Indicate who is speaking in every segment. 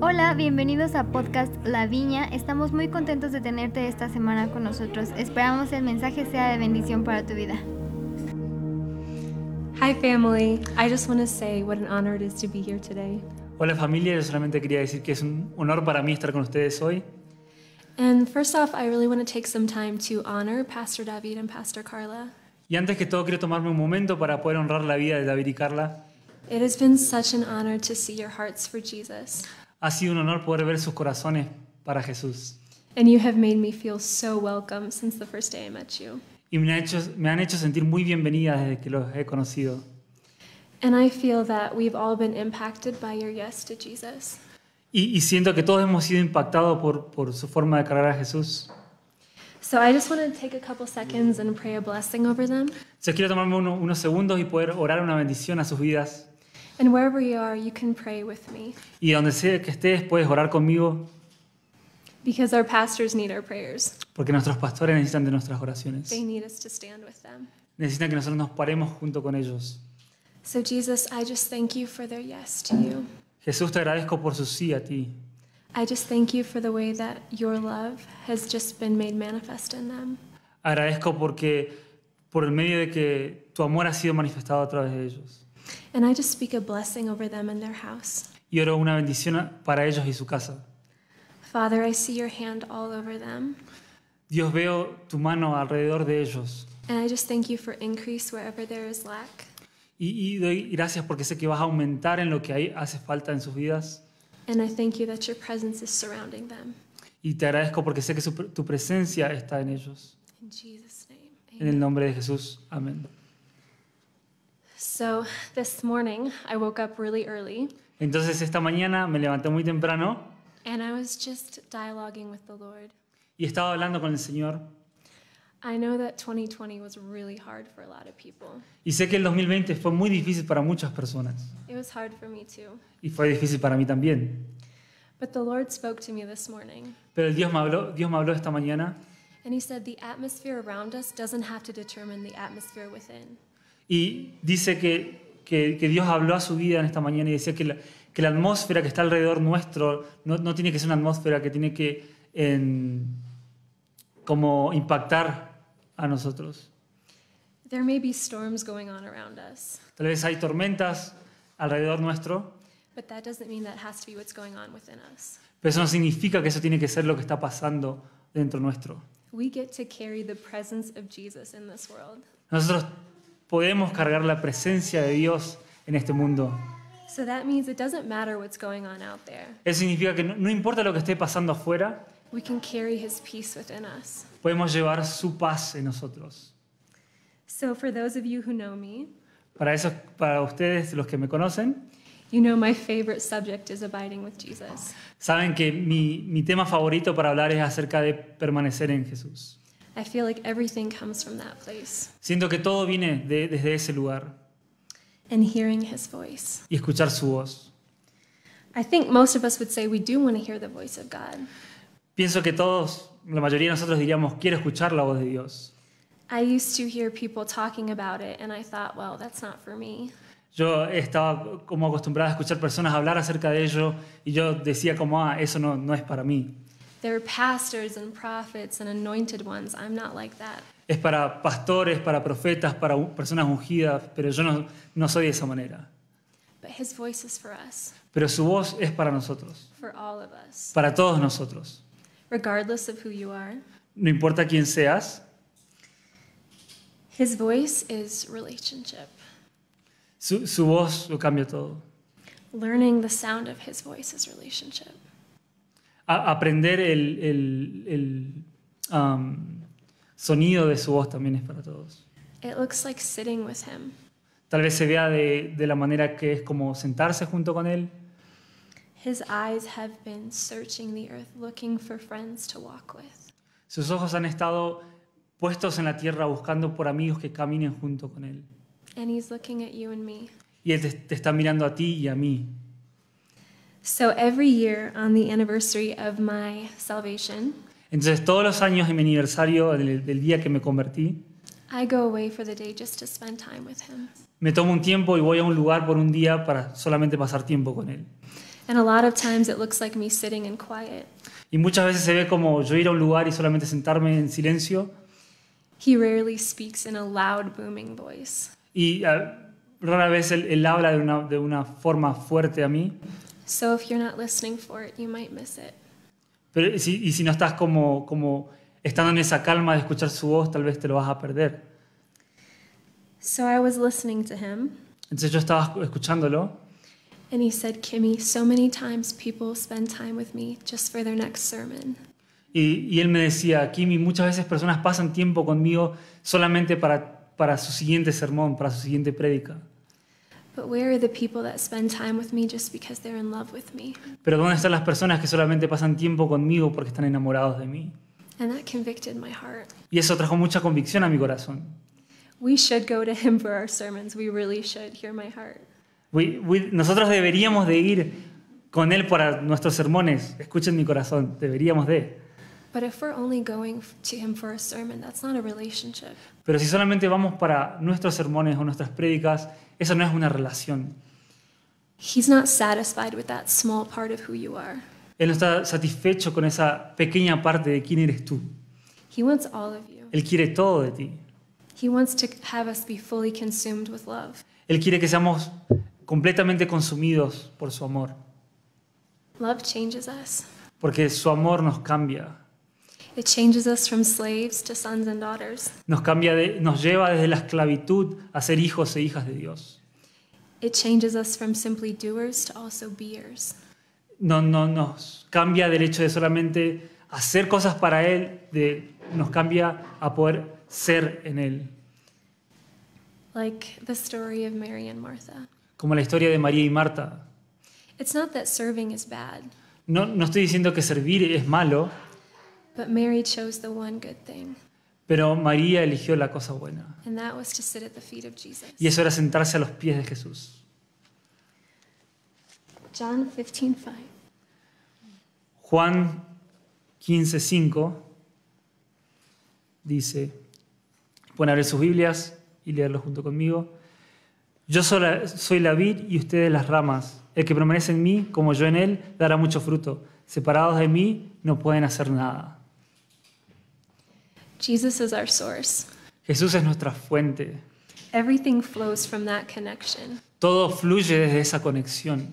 Speaker 1: Hola, bienvenidos a Podcast La Viña. Estamos muy contentos de tenerte esta semana con nosotros. Esperamos el mensaje sea de bendición para tu vida.
Speaker 2: Hi, family. I just want to say what an honor it is to be here today.
Speaker 3: Hola familia, yo solamente quería decir que es un honor para mí estar con ustedes hoy.
Speaker 2: And first off, I really want to take some time to honor Pastor David and Pastor Carla.
Speaker 3: Y antes que todo quiero tomarme un momento para poder honrar la vida de David y Carla.
Speaker 2: It has been such an honor to see your hearts for Jesus,
Speaker 3: Ha sido un honor poder ver sus corazones para Jesús.
Speaker 2: and you have made me feel so welcome since the first day I met you.
Speaker 3: Y me, ha hecho- me han hecho sentir muy bienvenida desde que los he conocido.
Speaker 2: And I feel that we've all been impacted by your yes to Jesus.
Speaker 3: Y, y siento que todos hemos sido impactados por, por su forma de cargar a Jesús.
Speaker 2: So I just want to take a couple seconds and pray a blessing over them.
Speaker 3: Yo quiero tomarme uno- unos segundos y poder orar una bendición a sus vidas.
Speaker 2: And wherever you are, you can pray with me
Speaker 3: Y donde sea que estés, puedes orar conmigo,
Speaker 2: because our pastors need our prayers.
Speaker 3: porque nuestros pastores necesitan de nuestras oraciones.
Speaker 2: They need us to stand with them.
Speaker 3: Necesitan que nosotros nos paremos junto con ellos.
Speaker 2: So, Jesus, I just thank you for their yes to you.
Speaker 3: Jesús, te agradezco por su sí a ti.
Speaker 2: I just thank you for the way that your love has just been made manifest in them.
Speaker 3: Agradezco porque por el medio de que tu amor ha sido manifestado a través de ellos.
Speaker 2: And I just speak a blessing over them and their house.
Speaker 3: Y oro una bendición a- para ellos y su casa.
Speaker 2: Father, I see your hand all over them.
Speaker 3: Dios, veo tu mano alrededor de ellos.
Speaker 2: And I just thank you for increase wherever there is lack.
Speaker 3: Y, y doy gracias porque sé que vas a aumentar en lo que hay, hace falta en sus vidas.
Speaker 2: And I thank you that your presence is surrounding them.
Speaker 3: Y te agradezco porque sé que su pre- tu presencia está en ellos.
Speaker 2: In Jesus' name.
Speaker 3: En el nombre de Jesús. Amén.
Speaker 2: So, this morning, I woke up really early
Speaker 3: Entonces esta mañana me levanté muy temprano
Speaker 2: and I was just dialoguing with the Lord.
Speaker 3: y estaba hablando con el Señor.
Speaker 2: I know that 2020 was really hard for a lot of people.
Speaker 3: Y sé que el 2020 fue muy difícil para muchas personas.
Speaker 2: It was hard for me too.
Speaker 3: Y fue difícil para mí también.
Speaker 2: But the Lord spoke to me this morning,
Speaker 3: Pero el Dios me habló, Dios me habló esta mañana
Speaker 2: and He said, The atmosphere around us doesn't have to determine the atmosphere within.
Speaker 3: y dice que, que- que Dios habló a su vida en esta mañana y decía que la, que la atmósfera que está alrededor nuestro no, no tiene que ser una atmósfera que tiene que en- como impactar a nosotros.
Speaker 2: There may be storms going on around us,
Speaker 3: Tal vez hay tormentas alrededor nuestro,
Speaker 2: but that doesn't mean that has to be what's going on within us.
Speaker 3: pero eso no significa que eso tiene que ser lo que está pasando dentro nuestro.
Speaker 2: We get to carry the presence of Jesus in this world.
Speaker 3: Nosotros podemos cargar la presencia de Dios en este mundo.
Speaker 2: So that means it doesn't matter what's going on out there.
Speaker 3: Eso significa que no- no importa lo que esté pasando afuera,
Speaker 2: We can carry His peace within us.
Speaker 3: podemos llevar su paz en nosotros.
Speaker 2: So, for those of you who know me,
Speaker 3: Para eso, para ustedes, los que me conocen,
Speaker 2: you know my favorite subject is abiding with Jesus.
Speaker 3: saben que mi, mi tema favorito para hablar es acerca de permanecer en Jesús.
Speaker 2: I feel like everything comes from that place
Speaker 3: Siento que todo viene de- desde ese lugar
Speaker 2: and hearing His voice.
Speaker 3: y escuchar su voz.
Speaker 2: I think most of us would say we do want to hear the voice of God.
Speaker 3: Pienso que todos, la mayoría de nosotros diríamos, quiero escuchar la voz de Dios.
Speaker 2: I used to hear people talking about it, and I thought, well, that's not for me.
Speaker 3: Yo estaba como acostumbrada a escuchar personas hablar acerca de ello y yo decía como, ah, eso no, no es para mí.
Speaker 2: There are pastors and prophets and anointed ones. I'm not like that.
Speaker 3: Es para pastores, para profetas, para u- personas ungidas, pero yo no, no soy de esa manera.
Speaker 2: But his voice is for us,
Speaker 3: Pero su voz es para nosotros,
Speaker 2: for all of us,
Speaker 3: para todos nosotros.
Speaker 2: regardless of who you are.
Speaker 3: No importa quién seas,
Speaker 2: His voice is relationship,
Speaker 3: su, su voz lo cambia todo.
Speaker 2: learning the sound of his voice is relationship.
Speaker 3: A- aprender el, el- el, am, sonido de su voz también es para todos.
Speaker 2: It looks like sitting with him.
Speaker 3: Tal vez se vea de, de la manera que es como sentarse junto con él.
Speaker 2: His eyes have been searching the earth, looking for friends to walk with.
Speaker 3: Sus ojos han estado puestos en la tierra buscando por amigos que caminen junto con él.
Speaker 2: And he's looking at you and me.
Speaker 3: Y él te, te está mirando a ti y a mí.
Speaker 2: So every year on the anniversary of my salvation,
Speaker 3: Entonces todos los años en mi aniversario, del- del día que me convertí,
Speaker 2: I go away for the day just to spend time with him.
Speaker 3: Me tomo un tiempo y voy a un lugar por un día para solamente pasar tiempo con él.
Speaker 2: And a lot of times it looks like me sitting in quiet.
Speaker 3: Y muchas veces se ve como yo ir a un lugar y solamente sentarme en silencio
Speaker 2: He rarely speaks in a loud, booming voice.
Speaker 3: y ah, rara vez él, él habla de una, de una forma fuerte a mí.
Speaker 2: So if you're not listening for it, you might miss it.
Speaker 3: Pero si, y si no estás como, como estando en esa calma de escuchar su voz, tal vez te lo vas a perder.
Speaker 2: So I was listening to him,
Speaker 3: Entonces yo estaba escu- escuchándolo
Speaker 2: and he said, Kimmy, so many times people spend time with me just for their next sermon.
Speaker 3: y, y él me decía, Kimi, muchas veces personas pasan tiempo conmigo solamente para, para su siguiente sermón, para su siguiente prédica.
Speaker 2: But where are the people that spend time with me just because they're in love with me?
Speaker 3: Pero ¿dónde están las personas que solamente pasan tiempo conmigo porque están enamorados de mí?
Speaker 2: And that convicted my heart.
Speaker 3: Y eso trajo mucha convicción a mi corazón.
Speaker 2: We should go to him for our sermons. We really should hear my heart.
Speaker 3: We- we- nosotros deberíamos de ir con él para nuestros sermones. Escuchen mi corazón, deberíamos de.
Speaker 2: But if we're only going f- to him for a sermon, that's not a relationship.
Speaker 3: Pero si solamente vamos para nuestros sermones o nuestras prédicas, eso no es una relación.
Speaker 2: He's not satisfied with that small part of who you are.
Speaker 3: Él no está satisfecho con esa pequeña parte de quién eres tú.
Speaker 2: He wants all of you.
Speaker 3: Él quiere todo de ti.
Speaker 2: He wants to have us be fully consumed with love.
Speaker 3: Él quiere que seamos completamente consumidos por su amor,
Speaker 2: Love changes us.
Speaker 3: porque su amor nos cambia.
Speaker 2: It changes us from slaves to sons and daughters.
Speaker 3: Nos, cambia de- nos lleva desde la esclavitud a ser hijos e hijas de Dios.
Speaker 2: It changes us from simply doers to also beers.
Speaker 3: no, no, nos cambia del hecho de solamente hacer cosas para Él, de, nos cambia a poder ser en Él.
Speaker 2: Like the story of Mary and Martha.
Speaker 3: Como la historia de María y Marta.
Speaker 2: It's not that serving is bad,
Speaker 3: No, no estoy diciendo que servir es malo,
Speaker 2: but Mary chose the one good thing,
Speaker 3: pero María eligió la cosa buena.
Speaker 2: and that was to sit at the feet of Jesus.
Speaker 3: Y eso era sentarse a los pies de Jesús.
Speaker 2: John 15, 5.
Speaker 3: Juan 15:5 dice, pueden abrir sus Biblias y leerlo junto conmigo. Yo soy la, soy la vid y ustedes las ramas. El que permanece en mí, como yo en él, dará mucho fruto. Separados de mí, no pueden hacer nada.
Speaker 2: Jesus is our source.
Speaker 3: Jesús es nuestra fuente.
Speaker 2: Everything flows from that connection.
Speaker 3: Todo fluye desde esa conexión.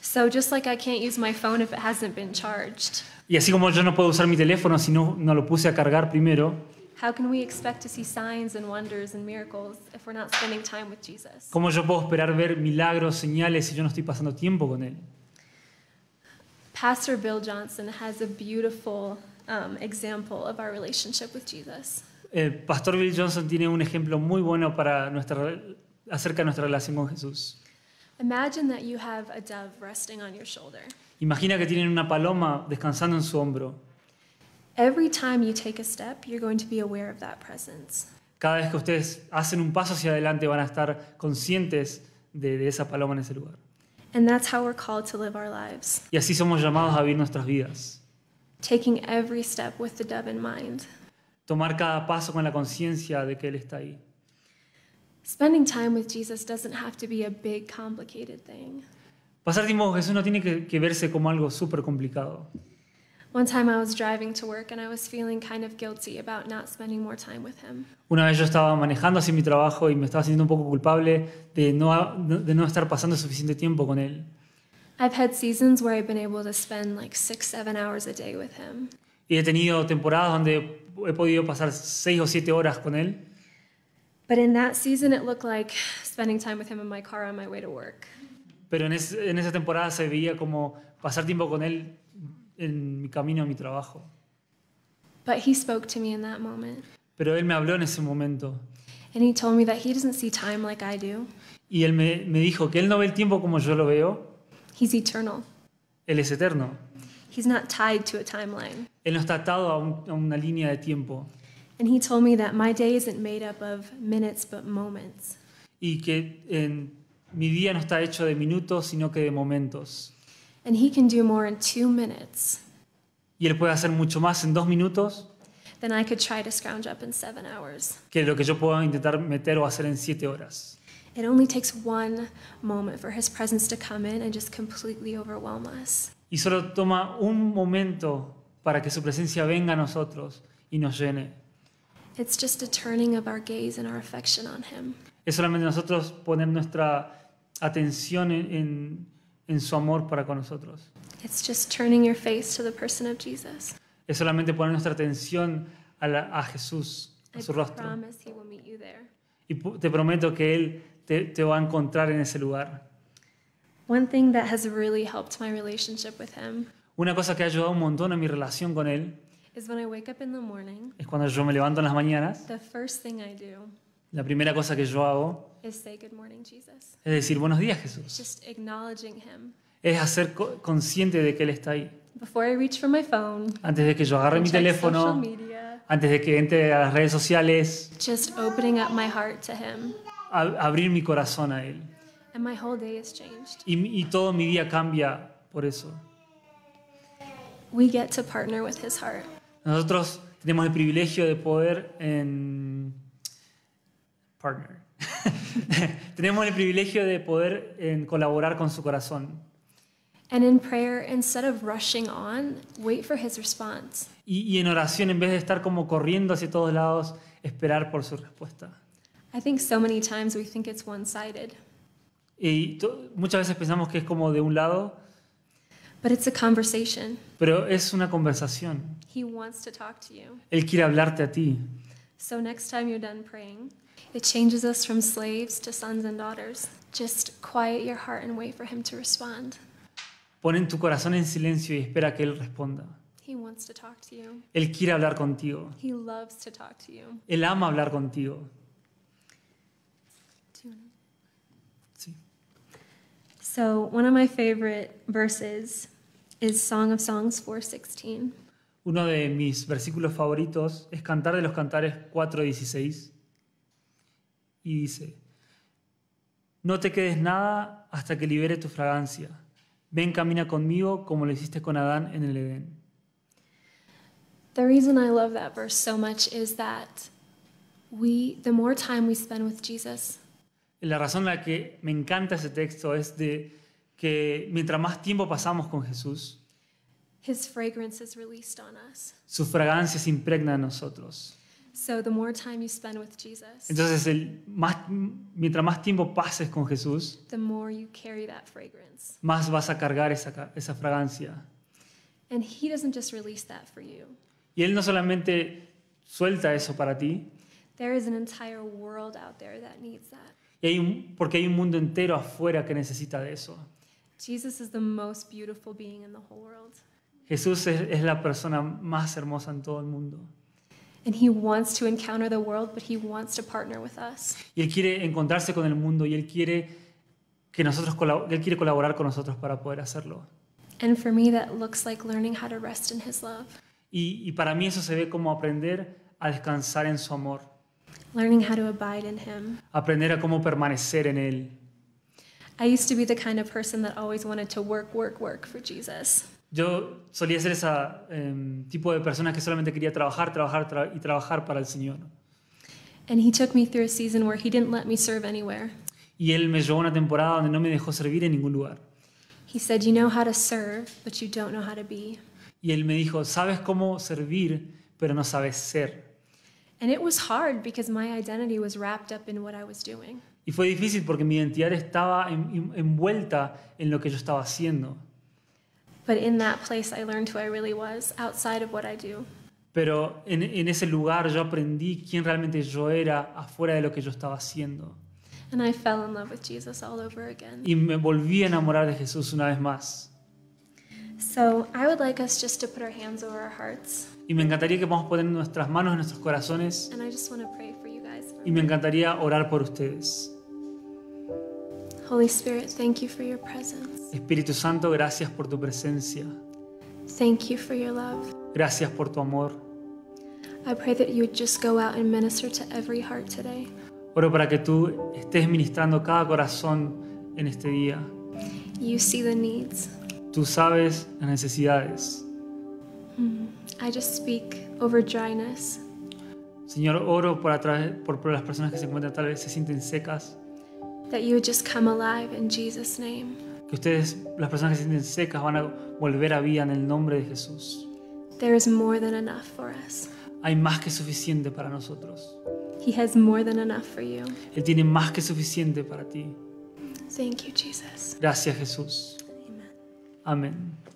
Speaker 2: So just like I can't use my phone if it hasn't been charged,
Speaker 3: Y así como yo no puedo usar mi teléfono si no, no lo puse a cargar primero,
Speaker 2: how can we expect to see signs and wonders and miracles if we're not spending time with Jesus?
Speaker 3: ¿cómo yo puedo esperar ver milagros, señales si yo no estoy pasando tiempo con él?
Speaker 2: Pastor Bill Johnson has a beautiful um, example of our relationship with Jesus.
Speaker 3: El Eh, pastor Bill Johnson tiene un ejemplo muy bueno para nuestra, acerca de nuestra relación con Jesús.
Speaker 2: Imagine that you have a dove resting on your shoulder.
Speaker 3: Imagina que tienen una paloma descansando en su hombro.
Speaker 2: Every time you take a step, you're going to be aware of that presence.
Speaker 3: Cada vez que ustedes hacen un paso hacia adelante van a estar conscientes de, de esa paloma en ese lugar.
Speaker 2: And that's how we're called to live our lives,
Speaker 3: Y así somos llamados a vivir nuestras vidas.
Speaker 2: taking every step with the dove in mind.
Speaker 3: Tomar cada paso con la conciencia de que Él está ahí.
Speaker 2: Spending time with Jesus doesn't have to be a big, complicated thing.
Speaker 3: Pasar tiempo con Jesús no tiene que, que verse como algo súper complicado.
Speaker 2: One time I was driving to work and I was feeling kind of guilty about not spending more time with him.
Speaker 3: Una vez yo estaba manejando así mi trabajo y me estaba sintiendo un poco culpable de no, de no estar pasando suficiente tiempo con Él.
Speaker 2: I've had seasons where I've been able to spend like six, seven hours a day with him.
Speaker 3: Y he tenido temporadas donde he podido pasar seis o siete horas con él.
Speaker 2: But in that season, it looked like spending time with him in my car on my way to work.
Speaker 3: Pero en, es- en esa temporada se veía como pasar tiempo con él en mi camino a mi trabajo.
Speaker 2: But he spoke to me in that moment.
Speaker 3: Pero él me habló en ese momento.
Speaker 2: And he told me that he doesn't see time like I do.
Speaker 3: Y él me, me dijo que él no ve el tiempo como yo lo veo.
Speaker 2: He's eternal.
Speaker 3: Él es eterno.
Speaker 2: He's not tied to a timeline.
Speaker 3: Él no está atado a, un- a una línea de tiempo.
Speaker 2: And he told me that my day isn't made up of minutes but moments.
Speaker 3: Y que en- mi día no está hecho de minutos, sino que de momentos.
Speaker 2: And he can do more in two minutes
Speaker 3: Y él puede hacer mucho más en dos minutos
Speaker 2: than I could try to scrounge up in seven hours.
Speaker 3: que lo que yo puedo intentar meter o hacer en siete horas.
Speaker 2: It only takes one moment for His presence to come in and just completely overwhelm us.
Speaker 3: Y solo toma un momento para que su presencia venga a nosotros y nos llene.
Speaker 2: It's just a turning of our gaze and our affection on Him.
Speaker 3: Es solamente nosotros poner nuestra atención en, en- en su amor para con nosotros.
Speaker 2: It's just turning your face to the person of Jesus.
Speaker 3: Es solamente poner nuestra atención a, la- a Jesús, a
Speaker 2: I
Speaker 3: su rostro.
Speaker 2: promise He will meet you there.
Speaker 3: Y pu- te prometo que Él te, te va a encontrar en ese lugar.
Speaker 2: One thing that has really helped my relationship with Him
Speaker 3: Una cosa que ha ayudado un montón a mi relación con Él
Speaker 2: is when I wake up in the morning,
Speaker 3: es cuando yo me levanto en las mañanas,
Speaker 2: the first thing I do
Speaker 3: la primera cosa que yo hago
Speaker 2: is say, Good morning, Jesus.
Speaker 3: es decir, buenos días
Speaker 2: It's
Speaker 3: Jesús.
Speaker 2: just acknowledging Him.
Speaker 3: Es hacer co- consciente de que Él está ahí.
Speaker 2: Before I reach for my phone,
Speaker 3: Antes de que yo agarre
Speaker 2: and
Speaker 3: mi
Speaker 2: check social
Speaker 3: teléfono,
Speaker 2: media,
Speaker 3: antes de que entre a las redes sociales,
Speaker 2: just opening up my heart to Him,
Speaker 3: a- abrir mi corazón a Él.
Speaker 2: and my whole day is changed.
Speaker 3: Y, mi- y todo mi día cambia por eso.
Speaker 2: We get to partner with His heart.
Speaker 3: Nosotros tenemos el privilegio de poder en... Partner. tenemos el privilegio de poder en colaborar con su corazón.
Speaker 2: And in prayer, instead of rushing on, wait for His response.
Speaker 3: Y, y en oración, en vez de estar como corriendo hacia todos lados, esperar por su respuesta.
Speaker 2: I think so many times we think it's one sided,
Speaker 3: Y to- muchas veces pensamos que es como de un lado,
Speaker 2: but it's a conversation.
Speaker 3: pero es una conversación.
Speaker 2: He wants to talk to you.
Speaker 3: Él quiere hablarte a ti.
Speaker 2: So next time you're done praying, it changes us from slaves to sons and daughters. Just quiet your heart and wait for Him to respond.
Speaker 3: Pon en tu corazón en silencio y espera que Él responda.
Speaker 2: He wants to talk to you,
Speaker 3: Él quiere hablar contigo.
Speaker 2: He loves to talk to you.
Speaker 3: Él ama hablar contigo. Sí.
Speaker 2: So one of my favorite verses is Song of Songs 416.
Speaker 3: Uno de mis versículos favoritos es Cantar de los Cantares 4.16 y dice, No te quedes nada hasta que libere tu fragancia. Ven, camina conmigo como lo hiciste con Adán en el Edén.
Speaker 2: The reason I love that verse so much is that we the more time we spend with Jesus,
Speaker 3: La razón por la que me encanta ese texto es de que mientras más tiempo pasamos con Jesús,
Speaker 2: his fragrance is released on us.
Speaker 3: su fragancia se impregna en nosotros.
Speaker 2: So the more time you spend with Jesus,
Speaker 3: Entonces, el más, mientras más tiempo pases con Jesús,
Speaker 2: the more you carry that fragrance.
Speaker 3: más vas a cargar esa, ca- esa fragancia.
Speaker 2: And he doesn't just release that for you.
Speaker 3: Y Él no solamente suelta eso para ti,
Speaker 2: There is an entire world out there that needs that.
Speaker 3: y hay un- porque hay un mundo entero afuera que necesita de eso.
Speaker 2: Jesus is the most beautiful being in the whole world,
Speaker 3: Jesús es, es la persona más hermosa en todo el mundo.
Speaker 2: and he wants to encounter the world, but he wants to partner with us.
Speaker 3: Y Él quiere encontrarse con el mundo y Él quiere, que nosotros colab- él quiere colaborar con nosotros para poder hacerlo.
Speaker 2: And for me, that looks like learning how to rest in His love,
Speaker 3: Y, y para mí eso se ve como aprender a descansar en su amor,
Speaker 2: learning how to abide in Him.
Speaker 3: aprender a cómo permanecer en Él.
Speaker 2: I used to be the kind of person that always wanted to work, work, work for Jesus.
Speaker 3: Yo solía ser ese tipo de persona que solamente quería trabajar, trabajar tra- y trabajar para el Señor.
Speaker 2: And He took me through a season where He didn't let me serve anywhere.
Speaker 3: Y Él me llevó a una temporada donde no me dejó servir en ningún lugar.
Speaker 2: He said, You know how to serve, but you don't know how to be.
Speaker 3: Y Él me dijo, sabes cómo servir, pero no sabes ser.
Speaker 2: And it was hard because my identity was wrapped up in what I was doing.
Speaker 3: Y fue difícil porque mi identidad estaba en- en- envuelta en lo que yo estaba haciendo.
Speaker 2: But in that place, I learned who I really was outside of what I do.
Speaker 3: Pero en, en ese lugar yo aprendí quién realmente yo era afuera de lo que yo estaba haciendo.
Speaker 2: And I fell in love with Jesus all over again.
Speaker 3: Y me volví a enamorar de Jesús una vez más.
Speaker 2: So I would like us just to put our hands over our hearts.
Speaker 3: Y me encantaría que podamos poner nuestras manos en nuestros corazones
Speaker 2: And I just want to pray for you guys. for a
Speaker 3: y me encantaría orar por ustedes.
Speaker 2: Holy Spirit, thank you for your presence.
Speaker 3: Espíritu Santo, gracias por tu presencia.
Speaker 2: Thank you for your love.
Speaker 3: Gracias por tu amor.
Speaker 2: I pray that you would just go out and minister to every heart today.
Speaker 3: Oro para que tú estés ministrando cada corazón en este día.
Speaker 2: You see the needs.
Speaker 3: Tú sabes las necesidades.
Speaker 2: I just speak over dryness.
Speaker 3: Señor, oro por, a través- por, por las personas que se encuentran tal vez se sienten secas.
Speaker 2: that you would just come alive in Jesus' name.
Speaker 3: Que ustedes, las personas que se sienten secas, van a volver a vida en el nombre de Jesús.
Speaker 2: There is more than enough for us.
Speaker 3: Hay más que suficiente para nosotros.
Speaker 2: He has more than enough for you.
Speaker 3: Él tiene más que suficiente para ti.
Speaker 2: Thank you, Jesus.
Speaker 3: Gracias Jesús. Amén.